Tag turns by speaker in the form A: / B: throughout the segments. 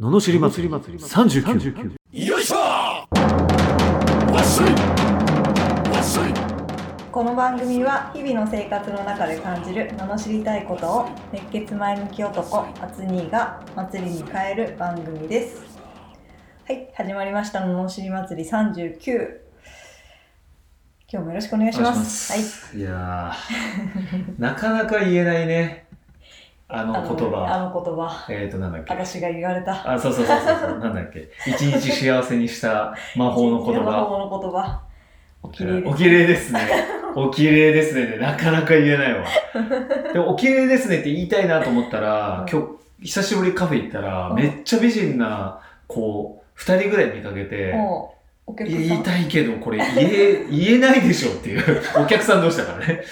A: ののしり祭り39
B: よいしょわっしょいわっしょい
C: この番組は日々の生活の中で感じる罵りたいことを熱血前向き男アツニーが祭りに変える番組ですはい始まりました罵り祭り39今日もよろしくお願いします
D: はい、いやーなかなか言えないねあの
C: はい
D: 言
C: あ
D: 葉
C: の言葉
D: えっ、ー、となんだっけ
C: 私が言われた
D: あそうそうそうそうそうなんだっけ一日幸せにした魔法の言
C: 魔
D: 葉
C: 法の言葉おきれい
D: お綺麗ですねお綺麗ですねなかなか言えないわでもお綺麗ですねって言いたいなと思ったら
C: うん
D: 今日久しぶりにカフェ行ったら
C: うん
D: めっちゃ美人な子2人ぐらい見かけて
C: もうお客さん
D: いや言いたいけど、これ言え、言えないでしょっていう、お客さん同士だからね。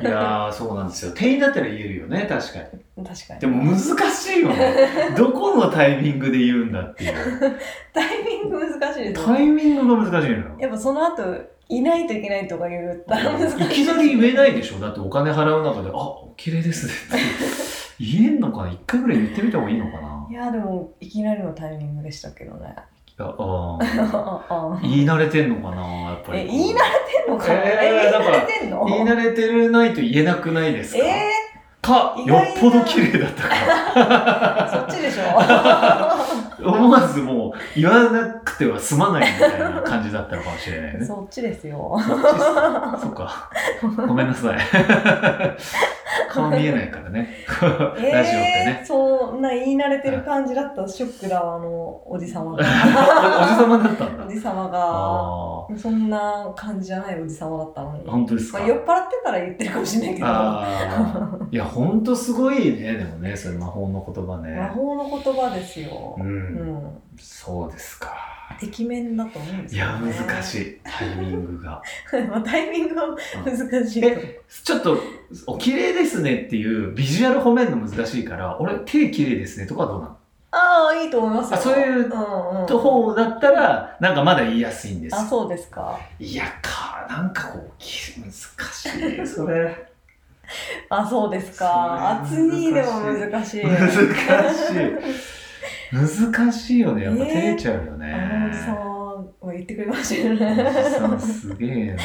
D: いやー、そうなんですよ。店員だったら言えるよね、確かに。
C: 確かに
D: でも難しいよね。どこのタイミングで言うんだっていう。
C: タイミング難しいです
D: タイミングが難しいのよ。
C: やっぱその後いないといけないとか言ったら難しい
D: いきなり言えないでしょだってお金払う中で、あ、お綺麗ですねって。言えんのかな一回ぐらい言ってみた方がいいのかない
C: やでもいきなりのタイミングでしたけどね。
D: いやあー
C: あ
D: 言い慣れてんのかなやっぱり。
C: え言い慣れてんのかな？
D: えー
C: え
D: だ
C: 言
D: か
C: い
D: ら
C: 慣れてんの？
D: 言い慣れてるないと言えなくないですか
C: え
D: か、
C: 意
D: よ
C: 外
D: っ
C: な
D: ぽど綺麗だったか。
C: ー、そっち でしょ。そ
D: 思わずもう言わなくては済まないみたいな感じだったのかもしれないね。そ
C: っちですよ。
D: っちっすそっか。ごめんなさ い。顔見えないからね。ラジオって
C: え
D: ね。
C: ー、そんな言い慣れてる感じだったショックだわあのおじさ ま
D: おお
C: が。
D: じさまだったんだ
C: お。じさま
D: あ
C: がそんな感じじゃないおじさまだったの
D: あ、
C: に。
D: 本当です
C: ま
D: か。
C: あ、酔っ払ってたら言ってるかもしれないけど。魔
D: ああ。いや、本当すごいね。でもね、それ魔法の言葉ね。
C: 法の言葉ですよ
D: う。。
C: うんん。
D: そうですか。
C: てきめんだと思うんで
D: い
C: すよ、
D: や、
C: ね。
D: 難しい。タイミングが。
C: い。 まあタイミングは難しいと思う。
D: えちょっと、お綺麗ですねっていうビジュアル褒めるの難しいから、俺、手綺麗ですねとかはどうなの
C: ああ、いいと思いますよ。
D: あそういう
C: うんうん、
D: と方だったら、なんかまだ言いやすいんですよ
C: あ、そうですか。
D: いやか、なんかこう、き難しい、それ。
C: あ、そうですか。
D: そ
C: 厚
D: れ難し
C: に
D: い
C: でも難し い。
D: 難しい。難しいよね、やっぱ
C: ね
D: 照れちゃうよ
C: あのおじさん
D: ね。
C: は言ってくれましたよ
D: おじさん
C: ね。
D: すげえな。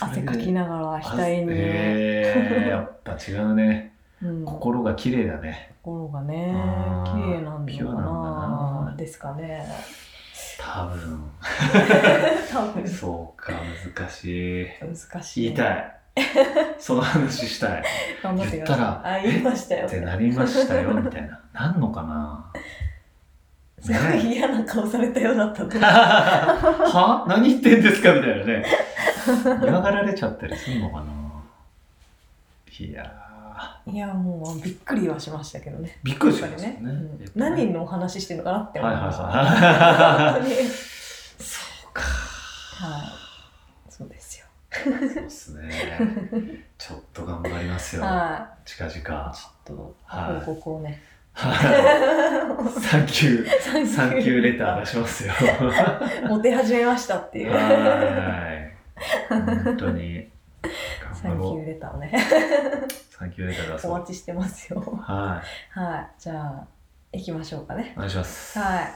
C: 汗かき
D: な
C: ながら額に、
D: えー、やっぱ違うね。
C: うん、
D: 心が綺麗だね。
C: 心がね
D: あ
C: 綺
D: ー
C: 麗なんだ
D: ピュ
C: か
D: アなん
C: な
D: だな
C: ですかね
D: 多分。
C: 多分
D: そうか、難しい。
C: 難し
D: 言
C: い
D: いた い。その話したい。
C: 頑張って
D: 言っ
C: くだ
D: た
C: さいあ言いましたよ
D: ってなりましたよ、みたいな。なんのかな
C: すごい嫌な顔されたようだったと思 う
D: は何言ってんですかみたいなね。嫌がられちゃったりするのかないや
C: いやもうびっくりはしましたけどね
D: ー、びっくりし
C: や
D: ま
C: っぱ
D: し
C: り
D: た
C: ね
D: ね。や
C: うん
D: っぱね
C: 何のお話してるのかなって思
D: はいい
C: ました、
D: はいは
C: 本当に
D: い。そうか。
C: はい、そうですよ。
D: そうっすね。ちょっと頑張りますよ。
C: は
D: 近
C: い、
D: 々。
C: ちょっと
D: はい
C: 報告をね。
D: サンキュー、
C: サ
D: サンキューレター出しますよ。
C: モテ始めましたっていう。
D: はい。本当に。
C: サ
D: 頑張
C: ンキ
D: ろ
C: ューレターをね、
D: う。サンキューレター出
C: お
D: そう。
C: 待ちしてますよ。
D: はい。
C: はい、じゃあ、行きましょうかね。
D: お願いします。
C: はい。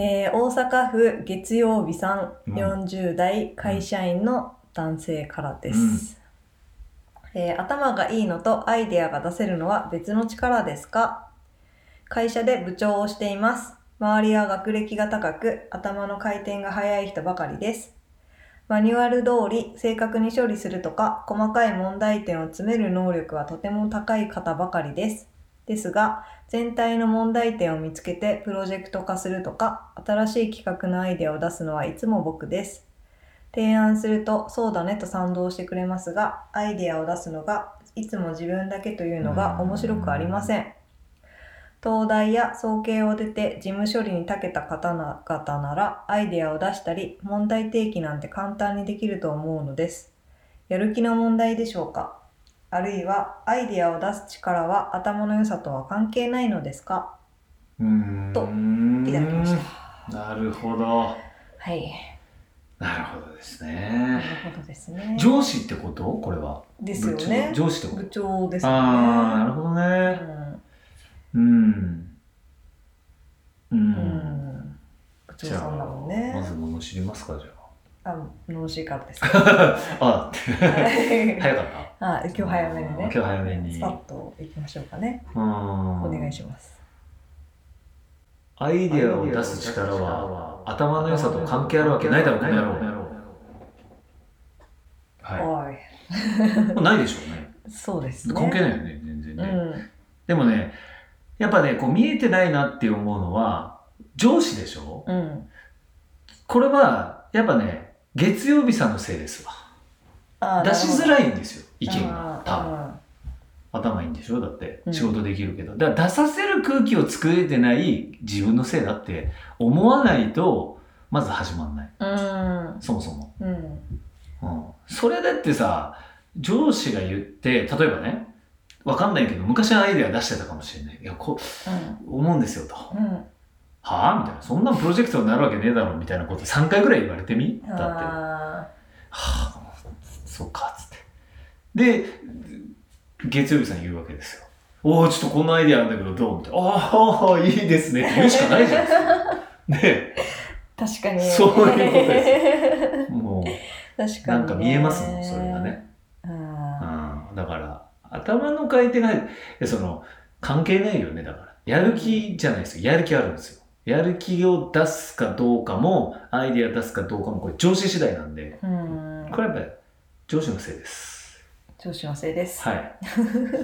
C: えー大阪府月曜日さ
D: う
C: ん、
D: ん
C: 40代会社員の男性からです。えー頭がいいのとアイデアが出せるのは別の力ですか会社で部長をしています。周りは学歴が高く、頭の回転が速い人ばかりです。マニュアル通り正確に処理するとか、細かい問題点を詰める能力はとても高い方ばかりです。ですが、全体の問題点を見つけてプロジェクト化するとか、新しい企画のアイデアを出すのはいつも僕です。提案すると、そうだねと賛同してくれますが、アイデアを出すのが、いつも自分だけというのが面白くありません。東大や総計を出て事務処理に長けた方々ならアイデアを出したり問題提起なんて簡単にできると思うのです。やる気の問題でしょうかあるいはアイデアを出す力は頭の良さとは関係ないのですか
D: うーん
C: といただきました。
D: なるほど。
C: はい。
D: なるほどです
C: な
D: ね。
C: るほどですね。
D: 上司ってことこれは。
C: ですよね
D: 部。長上司ってこ
C: 部
D: と
C: 長ですよね。
D: ああ、なるほどね。
C: うん
D: うん。う。
C: うんん。部長
D: じゃ
C: さんだもんね
D: あ、。まず物知りますか、じゃ
C: あ、のろしいから です。
D: あ。あ、
C: はい。
D: 早かった。
C: あ、今日早めにね。
D: 今日早めに
C: スパッと行きましょうかね。
D: うん。
C: お願いします。
D: アイディアを出す力は、頭の良さと関係あるわけないだろう、ないだろは
C: おい。
D: い。ないでしょうね。
C: そうですね。
D: 関係ないよね、全然
C: う
D: ね。
C: ん。
D: でもね、やっぱね、こう見えてないなって思うのは、上司でしょ
C: うん。
D: これは、やっぱね、月曜日さんのせいですわ。
C: あ
D: 出しづ
C: い
D: らいんですよ、意見が。多分。頭いいんでしょだって
C: うん
D: 仕事できるけど、だから出させる空気を作れてない自分のせいだって思わないとまず始まんない
C: 分。
D: そもそも、
C: うん。うん。
D: うん、それだってさ上司が言って例えばねわかんないけど昔のアイデア出してたかもしれないいやこう思うんですよとは
C: うん。うん。
D: あみたいなそんなプロジェクトになるわけねえだろみたいなこと3回ぐらい言われてみだっては
C: あ
D: あそっかっつってで月曜日さん言うわけですよおおちょっとこんなアイデアあるんだけどどうみたいなああいいですねって言うしかないじ ゃないですかね
C: ー確かに。
D: そういうこと
C: で
D: も
C: す。確
D: う
C: か
D: な
C: にね。
D: んか見えますもんそれがね
C: あ
D: うんだから、頭の回転が入る。その、関係ないよね、だから。やる気じゃないですよ。やる気あるんですよ。やる気を出すかどうかも、アイディア出すかどうかも、これ上司次第なんで、
C: ー。うん。
D: これやっぱり上司のせいです。
C: 調子のせいです。
D: はい。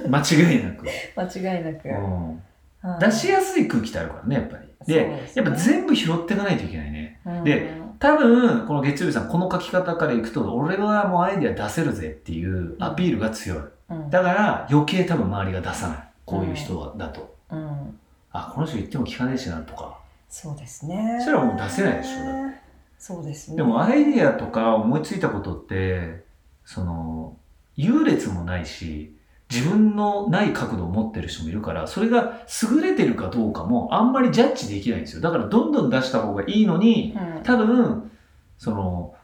D: 間違いなく。
C: 間違いなく。
D: うん
C: うん
D: 出しやすい空気ってあるからね、やっぱり。
C: そう
D: で、
C: です
D: や
C: ね
D: っぱ全部拾っていかないといけないね。
C: うん
D: で多分、この月曜日さん、この書き方からいくと、俺はもうアイディア出せるぜっていうアピールが強い。
C: うん
D: だから余計多分周りが出さないこういう人はだと、
C: うん、
D: あこの人言っても聞かねえしなとか
C: そうですね。
D: それはもう出せないでしょだ
C: そうですね。
D: でもアイディアとか思いついたことってその優劣もないし自分のない角度を持ってる人もいるからそれが優れてるかどうかもあんまりジャッジできないんですよだからどんどん出した方がいいのに
C: うん、
D: 多分その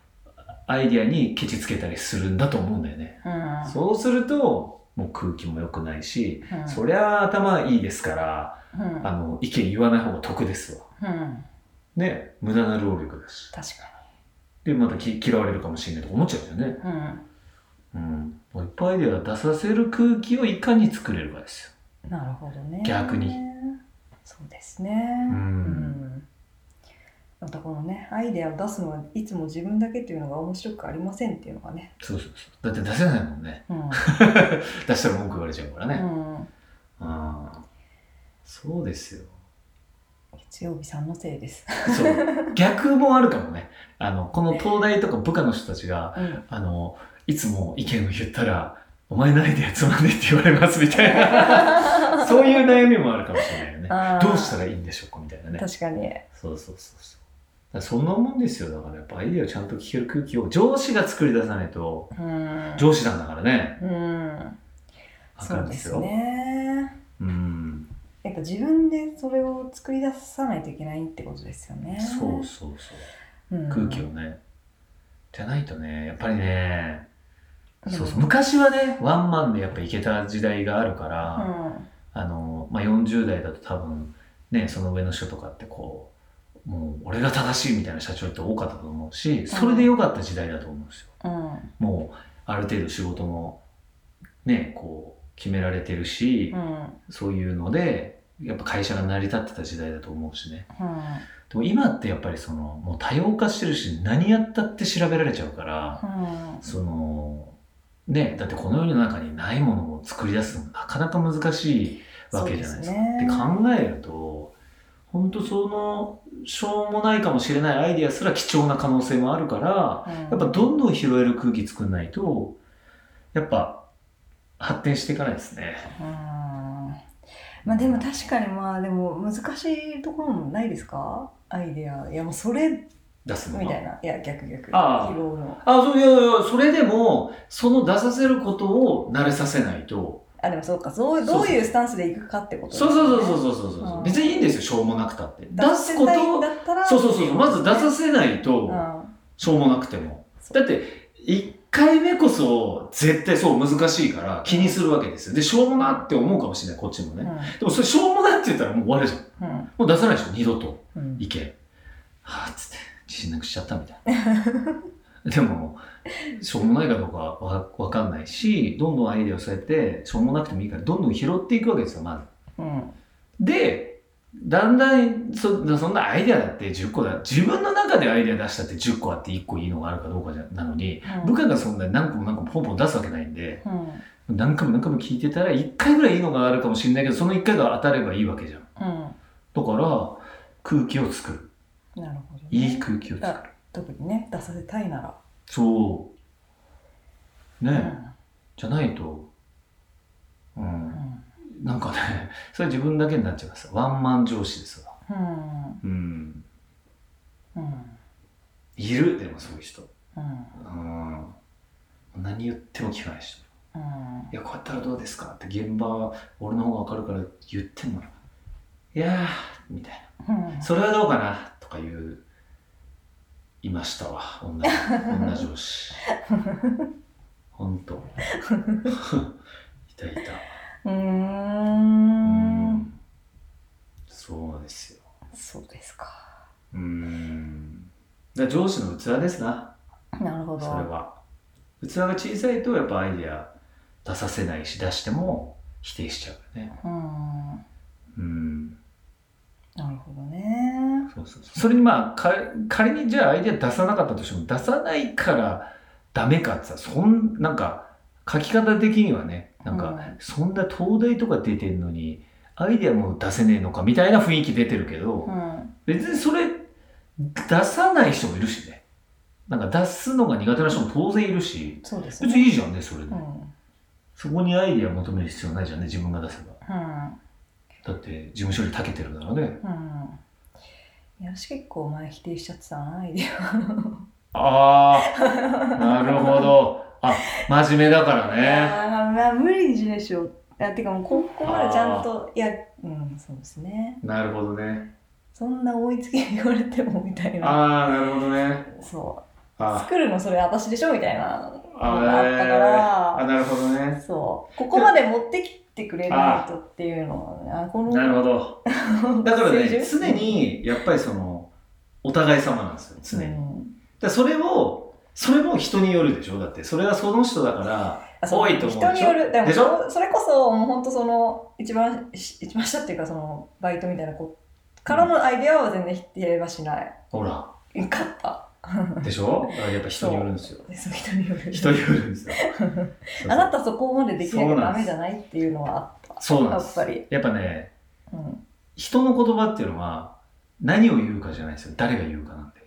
D: アイディアにケチつけたりするんだと思うんだよね、
C: うん、
D: そうするともう空気も良くないし
C: うん、
D: そりゃあ頭いいですから、
C: うん、うん、
D: あの、意見言わない方が得ですわ。ね、無駄な労力だし。
C: 確か
D: で、またき嫌われるかもしれないとか思っちゃうよね。
C: に。うん、
D: うん。もういっぱいアイデア出させる空気をいかに作れるかですよ。
C: なるほどね。
D: 逆に。
C: そうですね。
D: う。
C: うんん。またこのね、アイデアを出すのはいつも自分だけっていうのが面白くありませんっていうのがね。
D: そうそうそう。だって出せないもん ね。
C: うん。
D: 出したら文句言われちゃうから
C: う
D: ね。
C: ん、
D: うん。そうですよ。
C: 月曜日さんのせいです。
D: そう。逆もあるかもね。あの、この東大とか部下の人たちが、
C: うん。
D: あの、いつも意見を言ったら、お前のアイデアつまんねえって言われますみたいな。 そういう悩みもあるかもしれないよね。
C: あー
D: どうしたらいいんでしょうかみたいなね。
C: 確かに。
D: そうそうそうそう。だからそんなもんですよ。だからやっぱアイディアをちゃんと聞ける空気を上司が作り出さないと、
C: うん。
D: 上司なんだからね。
C: うん。
D: あ
C: そ
D: か
C: うんで
D: です
C: す
D: よ。
C: ね。
D: うん。
C: やっぱ自分でそれを作り出さないといけないってことですよね。
D: そうそうそう。
C: うん
D: 空気をね。じゃないとね、やっぱりね、
C: うん
D: そうそう。昔はね、ワンマンでやっぱいけた時代があるから、
C: うん
D: あの、まあ、40代だと多分ねその上の人とかってこうもう俺が正しいみたいな社長って多かったと思うしそれで良かった時代だと思うんですよ。
C: うん
D: もうある程度仕事もねこう決められてるし
C: う、ん
D: そういうのでやっぱ会社が成り立ってた時代だと思うしね。
C: うん
D: でも今ってやっぱりそのもう多様化してるし何やったって調べられちゃうから。
C: うん
D: そのねだってこの世の中にないものを作り出すのもなかなか難しいわけじゃないですか。
C: そうです
D: って考えると本当そのしょうもないかもしれないアイデアすら貴重な可能性もあるから
C: うん
D: やっぱどんどん拾える空気作んないとやっぱ発展していかないですね。
C: うんまあでも確かにまあでも難しいところもないですかアイデアいやもうそれみ
D: 出すの
C: たい
D: は。
C: ないや逆逆
D: ああ
C: 拾うの
D: あそういやいやそれでもその出させることを慣れさせないと
C: あでもそうかそ
D: そ
C: う
D: う
C: ど
D: そう
C: ういうスタンスでいくかってことです
D: そ
C: ね
D: うそうそうそうそうそう、
C: うん
D: 別にいいんですよしょうもなくたって出
C: 出
D: す
C: す
D: こ
C: こと
D: を
C: だったら
D: そうそうそうそう、まず出さ
C: せ
D: せないと、
C: うん
D: しょうもなくても。
C: そう
D: だって、一回目こそ絶対そう難しいから気にするわけですよ。で、しょうもなって思うかもしれない、こっちも
C: う
D: ね。
C: ん
D: でもそれしょうもなって言ったらもう終わるじゃん。
C: うん
D: もう出さないでしょ、二度と。
C: うん
D: 意見。はぁ、つって、自信なくしちゃったみたいな。 でも、しょうもないかどうかはわわかんないし、どんどんアイデアをそうやって、しょうもなくてもいいから、どんどん拾っていくわけですよ、まず。
C: うん
D: で、だんだんそ、そんなアイデアだって10個だ。自分の中でアイデア出したって10個あって1個いいのがあるかどうかじゃなのに、部下がそんなに何個も何個もポンポン出すわけないんで、
C: うん
D: 何回も何回も聞いてたら1回ぐらいいいのがあるかもしれないけど、その1回が当たればいいわけじゃん。
C: うん
D: だから、空気を作る。
C: なるほどね
D: いい空気を作る。
C: 特にね出させたいな
D: そう。ね、
C: らう
D: じゃないと、うん
C: う、ん
D: なんかね、それ自分だけになっちゃいます。ワンマン上司ですわ。
C: うん
D: うん。
C: うん
D: いる、でもそういう人。
C: うん
D: うん何言っても聞かないし
C: うん
D: いや、こうやったらどうですかって現場は俺の方が分かるから言ってんの。いやー、みたい
C: うん
D: な。それはどうかなとか言う、いましたわ。女、女上司。ほんと。いたいた。
C: う
D: う
C: ー
D: んんそうですよ。
C: そうですか
D: うん。だから上司の器ですな。
C: なるほ
D: それ
C: ど
D: は器が小さいとやっぱアイデア出させないし出しても否定しちゃうよね
C: うん
D: うん
C: なるほどね
D: そうそうそうそれにまあか仮にじゃあアイデア出さなかったとしても出さないからダメかってさそんなんか書き方的にはねなんか、
C: うん
D: そんな東大とか出てんのにアイデアも出せねえのかみたいな雰囲気出てるけど、
C: うん
D: 別にそれ出さない人もいるしねなんか出すのが苦手な人も当然いるし
C: そうです
D: 別
C: ね
D: にいいじゃんねそれで、
C: うん
D: そこにアイディア求める必要ないじゃんね、自分が出せば。
C: う
D: だ
C: ん
D: って、事務所に長けてるんだろうね。
C: うんいや私結構前否定しちゃってたなアイデア
D: あ あ、なるほど。あ、真面目だから
C: い
D: ね。
C: やーま あ無理にでしょいやてかもうここまでちゃんといやうんそうですね
D: なるほどね。
C: そんな追いつきに言われてもみたいな
D: ああ、なるほどね。
C: そ
D: あ
C: う作るのそれ私でしょみたいなの
D: あ
C: があったから
D: あ、なるほどね。
C: そうここまで持ってきてくれないとっていうのはねあこの
D: なるほど。だから ね、
C: 成熟
D: 常に、やっぱりその、お互い様なんですよ、常に。だからそれを、それも人によるでしょだって、それはその人だから、多いと思うでしょ
C: 人によるでも
D: でしょ
C: そそれこそもう本当その一番し一番下っていうかそのバイトみたいな子からのアイデアは全然否定はしない、
D: ほら、
C: よかった
D: でしょだからやっぱ人によるんですよ。
C: でそう人による
D: 人によるんですよ。
C: あなたそこまでできなきゃダメじゃないっていうのはあった
D: そうなんです。
C: やっぱり、
D: やっぱね、
C: うん、
D: 人の言葉っていうのは何を言うかじゃないですよ誰が言うか なんで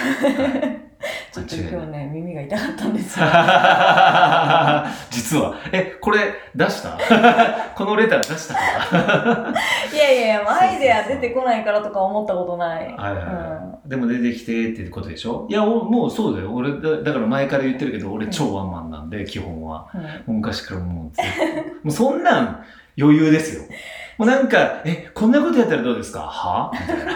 D: 間違いな
C: ちょっと今日
D: い
C: ね耳が痛かったんです よ
D: 実はえこれ出した このレター出した
C: いやいやいやアイデア出てこないからとか思ったことない
D: はいはいはい、でも出てきてってことでしょいやおもうそうだよ俺だだから前から言ってるけど俺超ワンマンなんで基本は
C: うんうん
D: もう昔からもうずっともうそんなん余裕ですよもうなんかえこんなことやったらどうですかはみたいな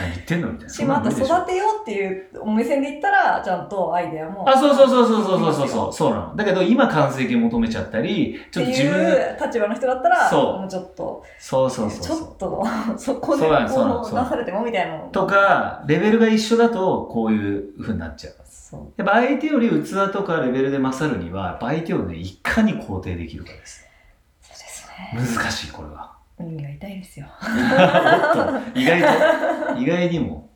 D: 何言ってんのみ たいな
C: しまああと
D: そんなの無理でしょ
C: 育てようっていう目線で言ったらちゃんとアイデアも
D: あ、そうそうそうそうそうそうそうそうなの。だけど今完成形求めちゃったり、ちょっと自
C: って
D: 分、
C: いう立場の人だったら
D: そう
C: もうちょっと
D: そうそうそう
C: ち
D: そ
C: ょ
D: う。
C: っと そこで
D: そう
C: こ
D: なんそうなん
C: う
D: そう
C: 出
D: なん
C: されてもみたいなの
D: とか、レベルが一緒だとこういう風になっちゃう。
C: そう
D: やっぱ相手より器とかレベルで勝るには、やっぱ相手をね、いかに肯定できるかです。
C: そうですね
D: 難しい、これは。
C: 耳が痛いですよ
D: おっと意外と、意外にも。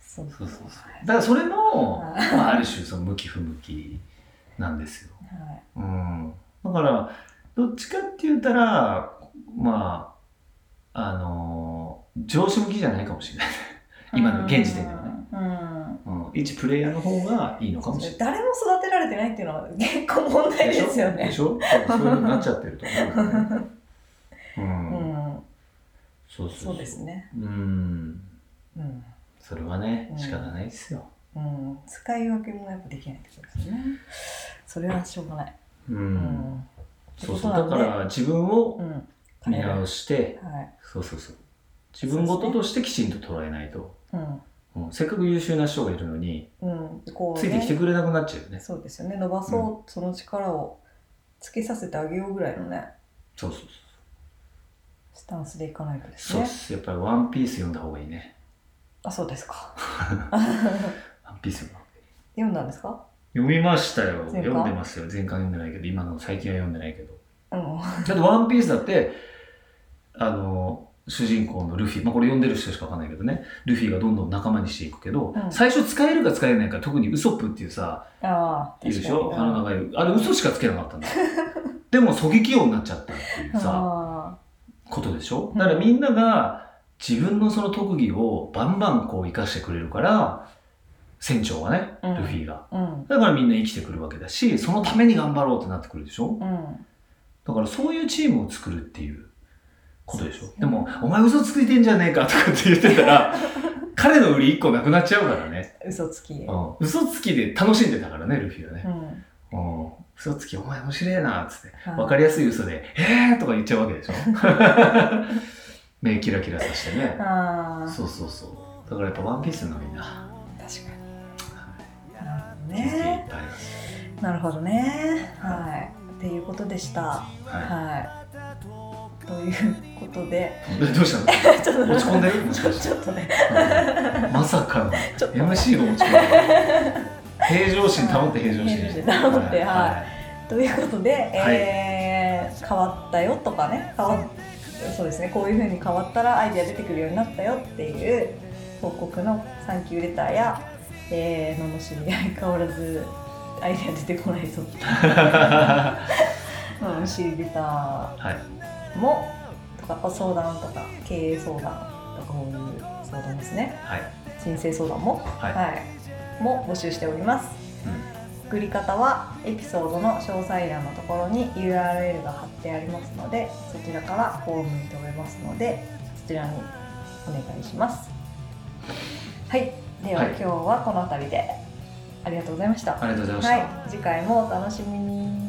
C: そう
D: そうそうそう。だからそれ も、
C: はい
D: まあ、ある種、その向き不向きなんですよ。
C: はい
D: うん、だからどっちかって言ったらまああのー上司向きじゃないかもしれない、今の現時点ではね
C: うん
D: うん、一プレイヤーの方がいいのかもしれない
C: 誰も育てられてないっていうのは結構問題
D: しょ
C: ですよ
D: で
C: ね
D: しょそうそういうふうになっちゃってると思うよね、う
C: うんん
D: そうそうそ
C: そううですね
D: うん
C: うん
D: それはね
C: うん
D: 仕方ないですよ、
C: うん使い分けもやっぱできないってことですよねそれはしょうがない
D: うん
C: うん
D: そうそうだから自分を
C: うん
D: 見直して、
C: はい
D: そうそうそう自分事としてきちんと捉えないと、
C: うん
D: ううんせっかく優秀な人がいるのに、
C: うん、こう、
D: つ
C: ね、
D: いてきてくれなくなっちゃうよね。
C: そうですよね伸ばそう、その力をつけさせてあげようぐらいのね
D: そうそうそう。
C: スタンスでいかないとです
D: そうっ
C: ね
D: す。やっぱりワンピース読んだ方がいいね。
C: あそうですか
D: ワンピース読んだ方がいい
C: 読んだんですか
D: 読みましたよ。
C: 前回
D: 読んでますよ。前回読んでないけど、今の最近は読んでないけ ど。
C: うん
D: だってワンピースだって、あの、主人公のルフィ、まあ、これ読んでる人しかわかんないけどね、ルフィがどんどん仲間にしていくけど、
C: うん
D: 最初使えるか使えないか、特にウソップっていうさ、
C: ああ
D: いるでし
C: 確
D: ょ
C: か
D: 鼻
C: に
D: の長い、あれ嘘しかつけなかった んだよでも狙撃王になっちゃったっていうさ、
C: あ
D: ことでしょ
C: うん
D: だからみんなが自分のその特技をバンバンこう生かしてくれるから、船長がね、
C: うん
D: ルフィが。
C: あうん
D: だからみんな生きてくるわけだし、そのために頑張ろうってなってくるでしょ
C: うん
D: だからそういうチームを作るっていうことでしょ。
C: そうですね
D: でも、お前嘘ついてんじゃねえかとかって言ってたら、 彼の売り一個なくなっちゃうからね。
C: 嘘つき
D: うん、嘘つきで楽しんでたからね、ルフィはね
C: う。ん
D: うん、嘘つき、お前面白えなっつって。
C: はい
D: わかりやすい嘘で、えーとか言っちゃうわけ でしょ。目キラキラさせてね。
C: ああ
D: そうそうそう。だからやっぱワンピースの方がいいな。
C: 確かになるほど
D: 気づきいっ
C: ね
D: ぱいあります。
C: なるほどねはいっていうことでした
D: は
C: はいということで
D: い。どうした
C: ちょっと
D: の落ち込んで るもしかして
C: ちょっとね
D: うんまさかの
C: ちょっと
D: MC が落ち込む平常心保って平常心
C: 平常心保ってはいということで、
D: はい
C: えー変わったよとかね変わっそうですねこういう風に変わったらアイデア出てくるようになったよっていう報告のサンキューレターや、えー、罵り相変わらずアイデア出てこないぞっていう
D: は
C: 罵りレタ
D: い、はい、
C: ーもとかお相談とか経営相談とかこういう相談ですね
D: はい、
C: 人生相談も
D: はい
C: はい、も募集しております、
D: う
C: 送り方はエピソードの詳細欄のところに URL が貼ってありますのでそちらからフォームに飛べますのでそちらにお願いしますはいでは、
D: はい
C: 今日はこの辺りでありがとうございました
D: ありがとうございました、
C: はい次回もお楽しみに